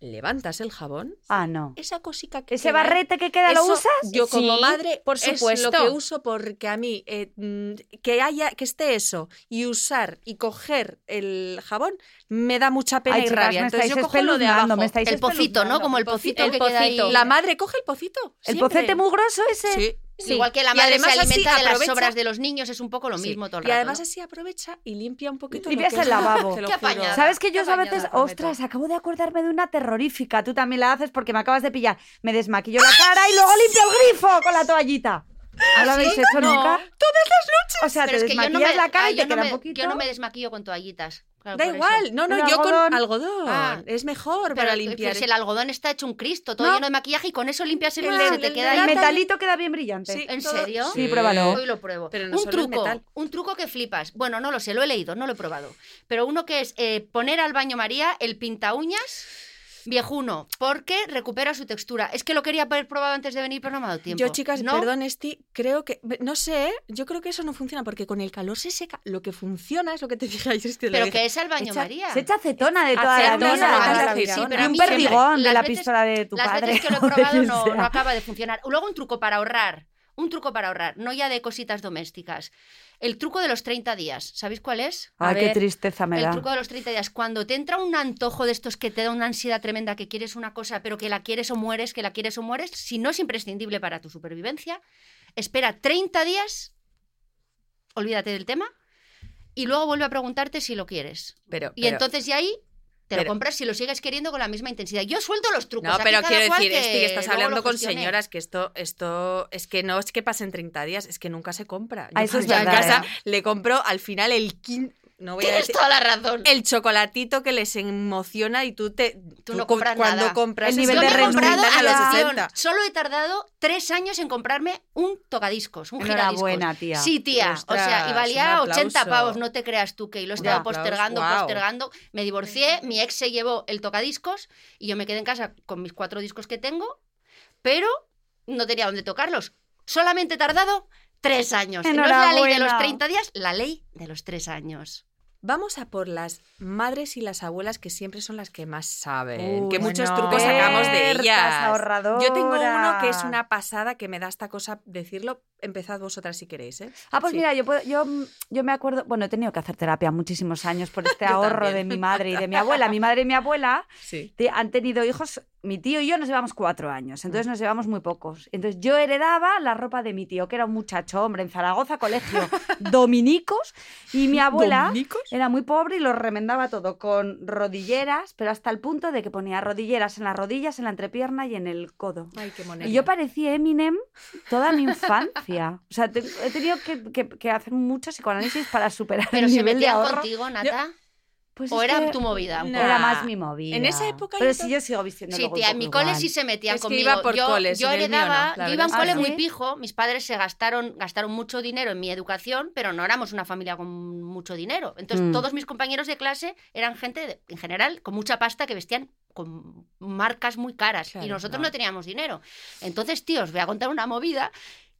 S2: levantas el jabón,
S5: Ah, no.
S2: esa cosica que.
S5: ¿Ese
S2: queda-
S5: barrete que queda lo
S2: Eso,
S5: usas?
S2: Yo como
S6: Sí,
S2: madre,
S6: por
S2: es lo
S6: supuesto.
S2: que uso porque a mí eh, mm, que haya que esté eso y usar y coger el jabón me da mucha pena
S5: Ay,
S2: y
S5: chicas,
S2: rabia.
S5: me
S2: Entonces yo
S5: estáis
S2: cojo lo de
S5: espeluznando,
S2: abajo.
S5: me estáis
S4: el pocito, ¿no?
S5: espeluznando.
S4: Como el pocito
S6: El
S4: que queda ahí.
S6: pocito.
S2: La madre coge el pocito.
S5: El
S2: siempre.
S5: pocete mugroso ese.
S2: Sí.
S6: Sí.
S4: Igual que
S2: Y
S4: la madre
S2: además
S4: se
S2: así
S4: alimenta de las
S2: aprovecha-
S4: sobras de los niños, es un poco lo
S2: Sí.
S4: mismo todo el
S2: Y
S4: rato,
S2: además
S4: ¿no?
S2: así aprovecha y limpia un poquito. lo
S5: Limpias
S2: que es-
S5: el lavabo.
S2: Te lo
S4: Qué
S2: juro.
S4: apañada.
S5: ¿Sabes que yo
S4: Qué
S5: a veces,
S4: bañada, prometo.
S5: ostras, acabo de acordarme de una terrorífica? Tú también la haces porque me acabas de pillar. Me desmaquillo la cara y luego limpio el grifo con la toallita.
S2: ¿Ah,
S5: ¿No lo habéis hecho
S4: No.
S5: nunca? Todas las noches. O sea,
S4: Pero es
S5: te
S4: que yo
S5: desmaquillas
S4: no me,
S5: la cara
S4: ah,
S5: y
S4: yo
S5: te
S4: no
S5: queda
S4: me-
S5: un poquito.
S4: Yo no me desmaquillo con toallitas. claro,
S2: Da
S4: Ah, por eso.
S2: igual. No, no,
S5: El
S2: yo con
S5: algodón.
S2: algodón.
S4: Ah.
S2: Es mejor
S4: Pero,
S2: para
S4: el-
S2: limpiar. ¿eh?
S4: pero si el algodón está hecho un cristo, todo
S2: No.
S4: lleno de maquillaje y con eso limpias el
S2: El
S4: se
S2: del-
S4: te
S2: el
S4: queda
S2: del
S4: ahí.
S5: El
S2: Ahora también-
S5: metalito queda bien brillante.
S2: Sí,
S4: ¿En
S2: todo-
S4: serio?
S5: Sí, pruébalo.
S4: Hoy lo pruebo.
S2: Pero no
S4: un
S2: solo el
S4: truco,
S2: metal.
S4: un truco que flipas. Bueno, no lo sé, lo he leído, no lo he probado. Pero uno que es eh, poner al baño María el pinta uñas viejuno, porque recupera su textura. Es que lo quería haber probado antes de venir, pero no me ha dado tiempo.
S2: Yo, chicas,
S4: ¿No?
S2: perdón, Esti, creo que. No sé, ¿eh? yo creo que eso no funciona porque con el calor se seca. Lo que funciona es lo que te dije ayer. Esti, lo
S4: Pero
S2: dije.
S4: que es al baño
S2: Echa-
S4: María.
S5: Se echa acetona de toda la
S2: Acetona,
S5: vida.
S2: acetona. Sí, pero
S5: Y
S2: a
S5: un
S2: mí siempre-
S5: perdigón de
S4: las
S5: la
S4: veces-
S5: pistola de tu
S4: las
S5: padre.
S4: veces que lo he
S5: o de
S4: probado
S5: quien
S4: no,
S5: sea.
S4: no acaba de funcionar. Luego un truco para ahorrar. Un truco para ahorrar, no ya de cositas domésticas. El truco de los 30 días. ¿Sabéis cuál es?
S5: Ay,
S6: A
S5: qué
S6: ver,
S5: tristeza me
S4: El
S5: da.
S4: truco de los 30 días. Cuando te entra un antojo de estos que te da una ansiedad tremenda, que quieres una cosa, pero que la quieres o mueres, que la quieres o mueres, si no es imprescindible para tu supervivencia, espera 30 días, olvídate del tema, y luego vuelve a preguntarte si lo quieres.
S2: Pero,
S4: Y
S2: pero-
S4: entonces ya ahí te lo
S2: pero-
S4: compras si lo sigues queriendo con la misma intensidad. Yo suelto los trucos.
S2: No,
S4: aquí
S2: pero
S4: cada
S2: quiero
S4: cual
S2: decir,
S4: que
S2: Esti, estás
S4: luego
S2: hablando
S4: lo
S2: con
S4: gestione.
S2: señoras que esto, esto es que no es que pasen 30 días, es que nunca se compra. Yo
S5: Ah, eso es
S2: cuando
S4: verdad,
S2: en casa
S5: ¿eh?
S2: le compro al final el quin- no voy a
S4: Tienes
S2: decir
S4: toda la razón.
S2: el chocolatito que les emociona y tú te
S4: Tú no
S2: co-
S4: compras
S2: cuando
S4: nada.
S2: compras
S5: El
S2: es
S5: nivel
S4: Yo
S5: de
S4: me he
S5: renuncia
S4: comprado,
S2: renuncian a los
S4: atención,
S2: 60.
S4: solo he tardado tres años en comprarme un tocadiscos, un giradiscos.
S5: Enhorabuena, tía.
S4: Sí, tía. o sea, y
S2: Ostras,
S4: valía
S2: un
S4: 80
S2: aplauso.
S4: pavos, no te creas tú que lo he
S2: Un
S4: estado
S2: aplauso,
S4: postergando,
S2: guau.
S4: postergando. Me divorcié, mi ex se llevó el tocadiscos y yo me quedé en casa con mis cuatro discos que tengo, pero no tenía dónde tocarlos. Solamente he tardado tres años. No es la ley de los
S5: Enhorabuena.
S4: 30 días, la ley de los tres años.
S2: Vamos a por las madres y las abuelas que siempre son las que más saben,
S5: Uy,
S2: que muchos
S6: bueno.
S2: trucos sacamos de
S5: Expertas,
S2: ellas. Yo tengo uno que es
S5: ahorradoras.
S2: una pasada que me da esta cosa decirlo. Empezad vosotras si queréis, ¿eh?
S5: Ah, pues
S2: Sí.
S5: mira, yo, puedo- yo, mm, yo me acuerdo, bueno, he tenido que hacer terapia muchísimos años por este
S2: Yo
S5: ahorro
S2: también.
S5: de mi madre y de mi abuela. Mi madre y mi abuela
S2: Sí.
S5: te- han tenido hijos, mi tío y yo nos llevamos cuatro años, entonces
S4: Ah.
S5: nos llevamos muy pocos. Entonces yo heredaba la ropa de mi tío, que era un muchacho, hombre, en Zaragoza, colegio, dominicos, y mi abuela...
S2: ¿Dominicos?
S5: Era muy pobre y lo remendaba todo con rodilleras, pero hasta el punto de que ponía rodilleras en las rodillas, en la entrepierna y en el codo.
S2: Ay, qué moneda.
S5: Y yo parecía Eminem toda mi infancia. O sea, te- he tenido que, que- que hacer mucho psicoanálisis para superar
S4: Pero
S5: el
S4: se
S5: nivel de
S4: metían
S5: ahorro.
S4: contigo, Nata.
S5: Pues
S4: ¿O
S5: es
S4: era
S5: que
S4: tu movida? un
S2: No.
S4: poco?
S5: Era más mi movida.
S2: En esa época
S5: Pero
S2: yo
S5: si
S2: tam-
S5: yo sigo vistiendo
S4: Sí,
S5: luego un
S4: tía, en
S5: poco
S4: mi cole sí
S5: igual.
S4: se metían
S2: Es que
S4: conmigo.
S2: iba por
S4: yo,
S2: coles,
S4: yo
S2: en el mío
S4: heredaba,
S2: no, la
S4: yo iba a un
S5: verdad.
S4: cole
S5: Ah,
S4: muy
S5: ¿sí?
S4: pijo, mis padres se gastaron, gastaron mucho dinero en mi educación, pero no éramos una familia con mucho dinero. Entonces,
S5: Mm.
S4: todos mis compañeros de clase eran gente, de- en general, con mucha pasta que vestían con marcas muy caras
S2: Claro,
S4: y nosotros
S2: no.
S4: no teníamos dinero. Entonces, tío, os voy a contar una movida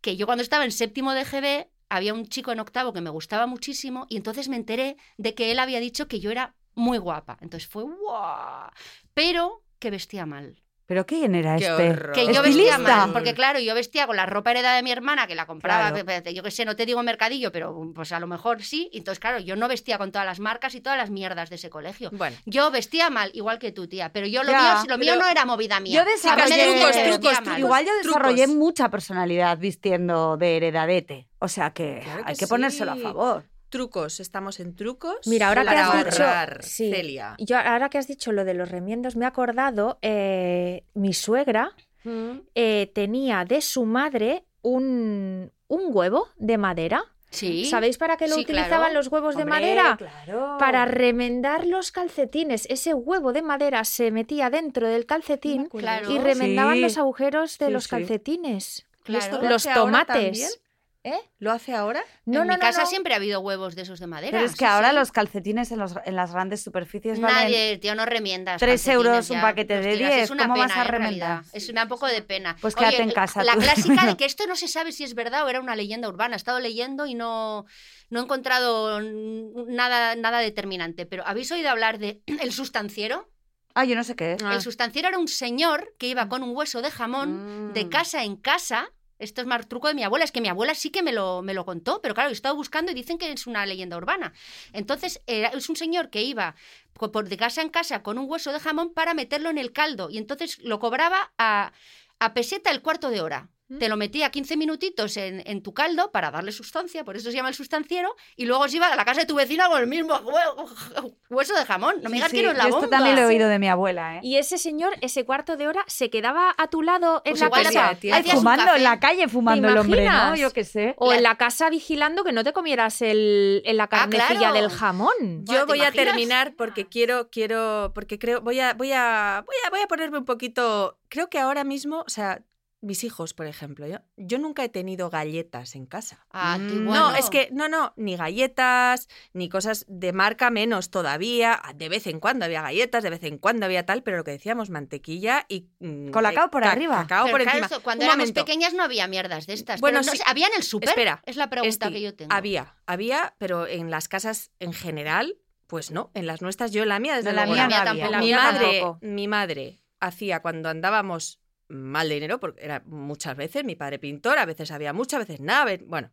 S4: que yo cuando estaba en séptimo de GB había un chico en octavo que me gustaba muchísimo y entonces me enteré de que él había dicho que yo era muy guapa. Entonces fue guau, pero que vestía mal.
S5: ¿Pero quién era
S2: Qué
S5: este?
S2: horror.
S4: Que yo
S5: ¿Estilista?
S4: vestía mal, porque claro, yo vestía con la ropa heredada de mi hermana, que la compraba,
S5: Claro.
S4: que- espérate, yo qué sé, no te digo mercadillo, pero pues a lo mejor sí. Entonces, claro, yo no vestía con todas las marcas y todas las mierdas de ese colegio.
S2: Bueno.
S4: Yo vestía mal, igual que tú, tía, pero yo lo
S5: Ya,
S4: mío, lo mío
S2: pero-
S4: no era movida mía.
S5: Yo
S4: Sácame de
S5: desarrollé-
S4: que
S2: Trucos,
S4: vestía
S2: trucos,
S4: mal.
S2: trucos.
S5: Igual yo desarrollé
S2: trucos.
S5: mucha personalidad vistiendo de heredadete. O sea que,
S2: Claro que
S5: hay que ponérselo
S2: sí.
S5: a favor.
S2: Trucos, estamos en trucos.
S6: Mira, ahora que
S2: para
S6: has dicho-
S2: ahorrar,
S6: sí.
S2: Celia.
S6: Yo ahora que has dicho lo de los remiendos, me he acordado, eh, mi suegra
S4: Mm.
S6: eh, tenía de su madre un, un huevo de madera
S4: Sí.
S6: ¿Sabéis para qué lo
S4: Sí,
S6: utilizaban
S4: claro.
S6: los huevos de
S5: Hombre,
S6: madera?
S5: Claro.
S6: Para remendar los calcetines. Ese huevo de madera se metía dentro del calcetín
S4: Claro.
S6: y remendaban
S5: Sí.
S6: los agujeros de
S5: Sí,
S6: los
S5: sí.
S6: calcetines.
S2: ¿Y esto
S4: Claro.
S2: lo
S6: Los
S2: hace ahora
S6: tomates. ¿Eh?
S2: ¿Lo hace ahora?
S6: No,
S4: en
S6: no,
S4: mi
S6: no,
S4: casa
S6: no.
S4: siempre ha habido huevos de esos de madera.
S5: Pero es que
S4: sí,
S5: ahora
S4: sí.
S5: los calcetines en, los- en las grandes superficies valen...
S4: Nadie, tío, no remiendas.
S5: Tres
S4: calcetines
S5: euros un
S4: ya,
S5: paquete
S4: los
S5: de
S4: tiras.
S5: 10,
S4: Es una
S5: ¿cómo
S4: pena,
S5: vas a
S4: eh, en
S5: remendar?
S4: realidad. Es una poco de pena.
S5: Pues
S4: Oye,
S5: quédate en
S4: el-
S5: casa
S4: La
S5: tú.
S4: clásica de que esto no se sabe si es verdad o era una leyenda urbana. He estado leyendo y no, no he encontrado n- nada, nada determinante. Pero ¿habéis oído hablar de el sustanciero?
S5: Ah, yo no sé qué es.
S2: Ah.
S4: El sustanciero era un señor que iba con un hueso de jamón de
S5: Mm.
S4: casa en casa. Esto es más truco de mi abuela, es que mi abuela sí que me lo, me lo contó, pero claro, yo he estado buscando y dicen que es una leyenda urbana. Entonces, era- es un señor que iba co- por de casa en casa con un hueso de jamón para meterlo en el caldo y entonces lo cobraba a, a peseta el cuarto de hora.
S5: Mm.
S4: Te lo metía 15 minutitos en, en tu caldo para darle sustancia, por eso se llama el sustanciero, y luego se iba a la casa de tu vecina con el mismo hue- hueso de jamón. No me
S5: Sí,
S4: digas
S5: sí,
S4: que no es la
S5: yo esto
S4: bomba.
S5: también lo he oído de mi abuela, ¿eh?
S6: Y ese señor, ese cuarto de hora, se quedaba a tu lado en
S4: Pues
S6: la
S4: igual
S6: casa.
S4: hacía-
S5: Ay,
S4: hacías un
S5: fumando,
S4: café.
S5: en la calle fumando el hombre, ¿no?
S6: imaginas?
S5: Yo qué sé.
S6: O
S4: La-
S6: en la casa vigilando que no te comieras el,
S5: Ah,
S6: el- la carnecilla
S4: claro.
S6: del jamón.
S2: Yo
S4: ¿te
S2: voy a
S4: imaginas?
S2: terminar porque quiero, quiero, porque creo, voy a, voy a, voy a, voy a ponerme un poquito. Creo que ahora mismo, o sea, mis hijos, por ejemplo, yo, yo nunca he tenido galletas en casa.
S4: Ah, tú
S5: Mm.
S4: bueno.
S2: No, es que, no, no, ni galletas, ni cosas de marca menos todavía. Ah, De vez en cuando había galletas, de vez en cuando había tal, pero lo que decíamos, mantequilla y. mm,
S5: Colacao por
S2: ca-
S5: arriba.
S2: Cacao
S4: Pero
S2: por
S4: claro,
S2: encima.
S4: esto, cuando
S2: Un
S4: éramos
S2: momento.
S4: pequeñas no había mierdas de estas.
S2: Bueno,
S4: Bueno, pero no
S2: sí.
S4: sé, ¿había en el súper?
S2: Espera,
S4: Es la pregunta
S2: Esti,
S4: que yo tengo.
S2: Había, había, pero en las casas en general, pues no. En las nuestras, yo en la mía, desde
S5: En la
S2: luego,
S5: mía
S2: no.
S5: no había.
S4: tampoco.
S5: La
S2: mi
S6: mía
S2: madre,
S6: tampoco.
S2: mi madre hacía cuando andábamos mal de dinero, porque era muchas veces, mi padre pintor, a veces había mucho, a veces nada, a ve- bueno.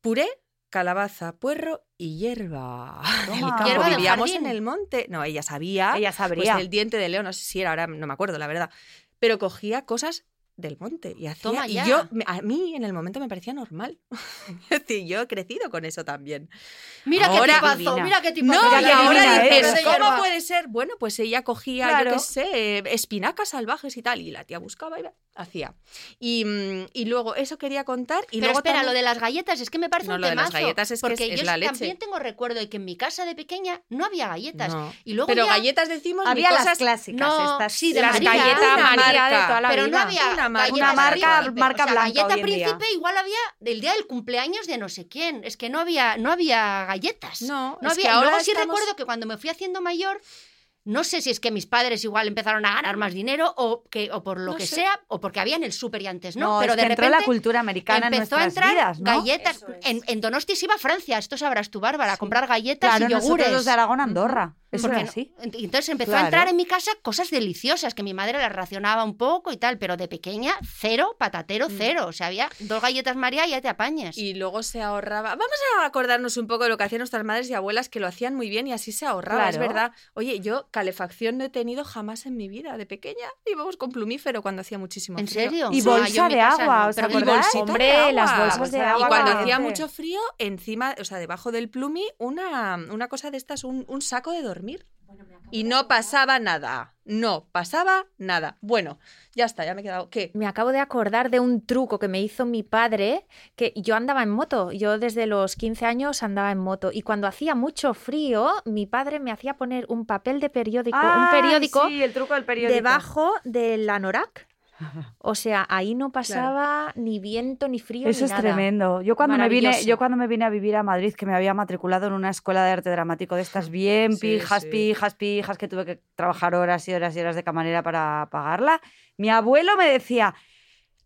S2: Puré, calabaza, puerro y hierba. Del campo.
S5: Hierba del
S2: Vivíamos en
S4: jardín.
S2: el monte. No, ella sabía.
S5: Ella
S2: pues
S5: sabría.
S2: el diente de león, no sé si era, ahora no me acuerdo, la verdad. Pero cogía cosas del monte y hacía
S4: Toma
S2: y
S4: ya.
S2: yo me- a mí en el momento me parecía normal. es decir, yo he crecido con eso también.
S4: Mira qué
S2: Ahora-
S4: tipazo,
S5: Divina.
S4: mira qué tipazo.
S2: No,
S5: Mira
S2: y
S5: qué divina
S2: ahora ¿eh?
S5: eres.
S2: dices, ¿cómo
S4: Hierba.
S2: puede ser? Bueno, pues ella cogía,
S5: Claro.
S2: yo qué sé, espinacas salvajes y tal, y la tía buscaba y la- hacía. Y, mm, y luego, eso quería contar. Y
S4: Pero
S2: luego
S4: espera,
S2: también-
S4: lo de las galletas es que me parece
S2: No,
S4: un
S2: lo de las
S4: temazo,
S2: galletas es que
S4: porque
S2: es- es
S4: yo
S2: la leche.
S4: también tengo recuerdo de que en mi casa de pequeña no había galletas.
S2: No.
S4: Y luego
S2: Pero
S4: ya-
S2: galletas decimos ni
S5: Había las
S2: cosas-
S5: clásicas,
S4: no,
S5: estas.
S4: sí, de
S5: las
S4: María.
S5: galletas
S2: Una
S5: María
S2: marca.
S5: de toda la
S4: pero
S5: vida.
S4: no había
S2: Una marca-
S4: galletas
S5: Una marca-
S4: príncipe.
S5: marca
S4: O sea,
S5: blanca
S4: galleta
S5: hoy en día.
S4: príncipe igual había del día del cumpleaños de no sé quién. Es que no había, no había galletas.
S2: No,
S4: No
S2: es
S4: había-
S2: que
S4: y
S2: ahora
S4: luego sí
S2: estamos-
S4: recuerdo que cuando me fui haciendo mayor, no sé si es que mis padres igual empezaron a ganar más dinero o, que, o por lo
S2: No
S4: que
S2: sé.
S4: sea, o porque había en el súper y antes no,
S5: No,
S4: pero
S5: es
S4: de
S5: que
S4: repente
S5: entró la cultura americana en
S4: empezó
S5: nuestras
S4: a entrar
S5: vidas, ¿no?
S4: galletas. En, en Donosti se iba a Francia, esto sabrás tú, Bárbara, a comprar galletas
S5: Claro,
S4: y
S5: nosotros
S4: yogures.
S5: los de Aragón, Andorra. Eso
S4: Porque
S5: era
S4: no-
S5: así.
S4: ent- Entonces empezó
S5: Claro.
S4: a entrar en mi casa cosas deliciosas que mi madre las racionaba un poco y tal, pero de pequeña, cero,
S5: Mm.
S4: patatero, cero. O sea, había dos galletas María y ya te apañas.
S2: Y luego se ahorraba. Vamos a acordarnos un poco de lo que hacían nuestras madres y abuelas que lo hacían muy bien y así se ahorraba, es
S5: Claro.
S2: verdad. Oye, yo calefacción no he tenido jamás en mi vida. De pequeña íbamos con plumífero cuando hacía muchísimo
S4: ¿En
S2: frío.
S4: serio?
S5: Y
S4: No, yo en
S5: bolsa
S4: mi
S5: de
S4: casa
S5: agua,
S4: no,
S5: ¿os
S4: pero-
S2: Y
S5: acordáis?
S2: bolsita
S6: Hombre,
S2: de agua.
S6: las bolsas de
S5: Y
S2: Y
S6: agua.
S2: cuando
S5: caliente.
S2: hacía mucho frío, encima, o sea, debajo del plumi, una, una cosa de estas, un, un saco de dormir. Y no pasaba nada. No pasaba nada. Bueno, ya está, ya me he quedado. ¿Qué?
S6: Me acabo de acordar de un truco que me hizo mi padre, que yo andaba en moto, yo desde los 15 años andaba en moto y cuando hacía mucho frío, mi padre me hacía poner un papel de periódico,
S5: Ah,
S6: un periódico
S5: Sí, el truco del periódico.
S6: debajo del anorak. O sea, ahí no pasaba ni viento ni frío
S5: Eso
S6: ni
S5: es
S6: nada.
S5: tremendo. Yo cuando me vine,
S6: Maravilloso.
S5: yo cuando me vine a vivir a Madrid, que me había matriculado en una escuela de arte dramático de estas bien
S2: Sí,
S5: pijas,
S2: sí.
S5: pijas, pijas, que tuve que trabajar horas y horas y horas de camarera para pagarla, mi abuelo me decía,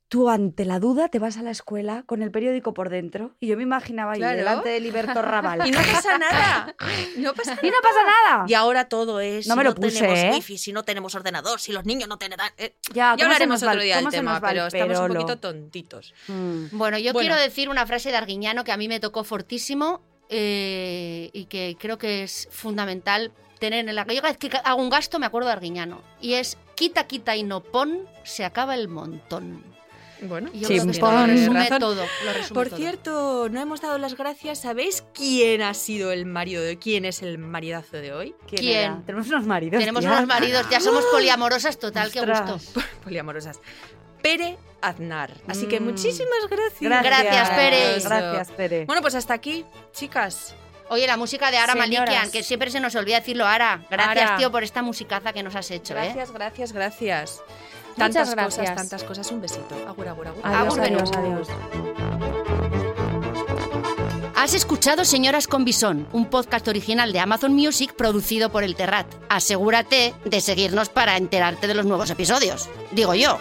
S5: tú ante la duda te vas a la escuela con el periódico por dentro. Y yo me imaginaba ahí
S2: Claro.
S5: delante de Liberto Raval.
S2: Y no pasa nada. No pasa
S5: y no pasa nada.
S2: Y ahora todo es.
S5: Ah. No
S2: si
S5: me lo puse,
S2: tenemos
S5: ¿eh?
S2: wifi, si no tenemos ordenador, si los niños no tienen. eh,
S5: Ya,
S2: ya
S5: ¿cómo se
S2: hablaremos
S5: nos va
S2: otro
S5: el-
S2: día del
S5: cómo se
S2: tema,
S5: nos va el
S2: pero estamos un
S5: perolo?
S2: poquito tontitos.
S5: Mm.
S4: Bueno, yo
S2: Bueno.
S4: quiero decir una frase de Arguiñano que a mí me tocó fortísimo eh, y que creo que es fundamental tener en la Yo cada vez que hago un gasto me acuerdo de Arguiñano. Y es quita, quita y no pon, se acaba el montón.
S2: Bueno,
S4: Y yo creo que esto lo
S5: Chimpón.
S4: resume todo. lo resume
S2: Por
S4: todo.
S2: cierto, no hemos dado las gracias. ¿Sabéis quién ha sido el marido de quién es el maridazo de hoy?
S4: ¿Quién?
S5: era? Tenemos unos maridos.
S4: Tenemos
S5: tía.
S4: unos maridos, ya somos poliamorosas total, qué
S5: Ostras.
S4: gusto.
S2: Poliamorosas. Pere Aznar. Así que
S5: Mm.
S2: muchísimas gracias.
S4: Gracias, Pere.
S5: Gracias, Pere.
S2: Bueno, pues hasta aquí, chicas.
S4: Oye, la música de Ara
S6: Señoras.
S4: Malikian, que siempre se nos olvida decirlo, Ara. Gracias,
S6: Ara.
S4: tío, por esta musicaza que nos has hecho, ¿eh?
S2: Gracias, gracias, gracias.
S6: Muchas
S2: Tantas cosas,
S6: gracias.
S2: tantas cosas. Un besito. Agur, agur, agur.
S5: Adiós,
S4: Agur,
S5: adiós,
S4: menú.
S5: adiós.
S4: Has escuchado Señoras con Bisón, un podcast original de Amazon Music producido por El Terrat. Asegúrate de seguirnos para enterarte de los nuevos episodios. Digo yo.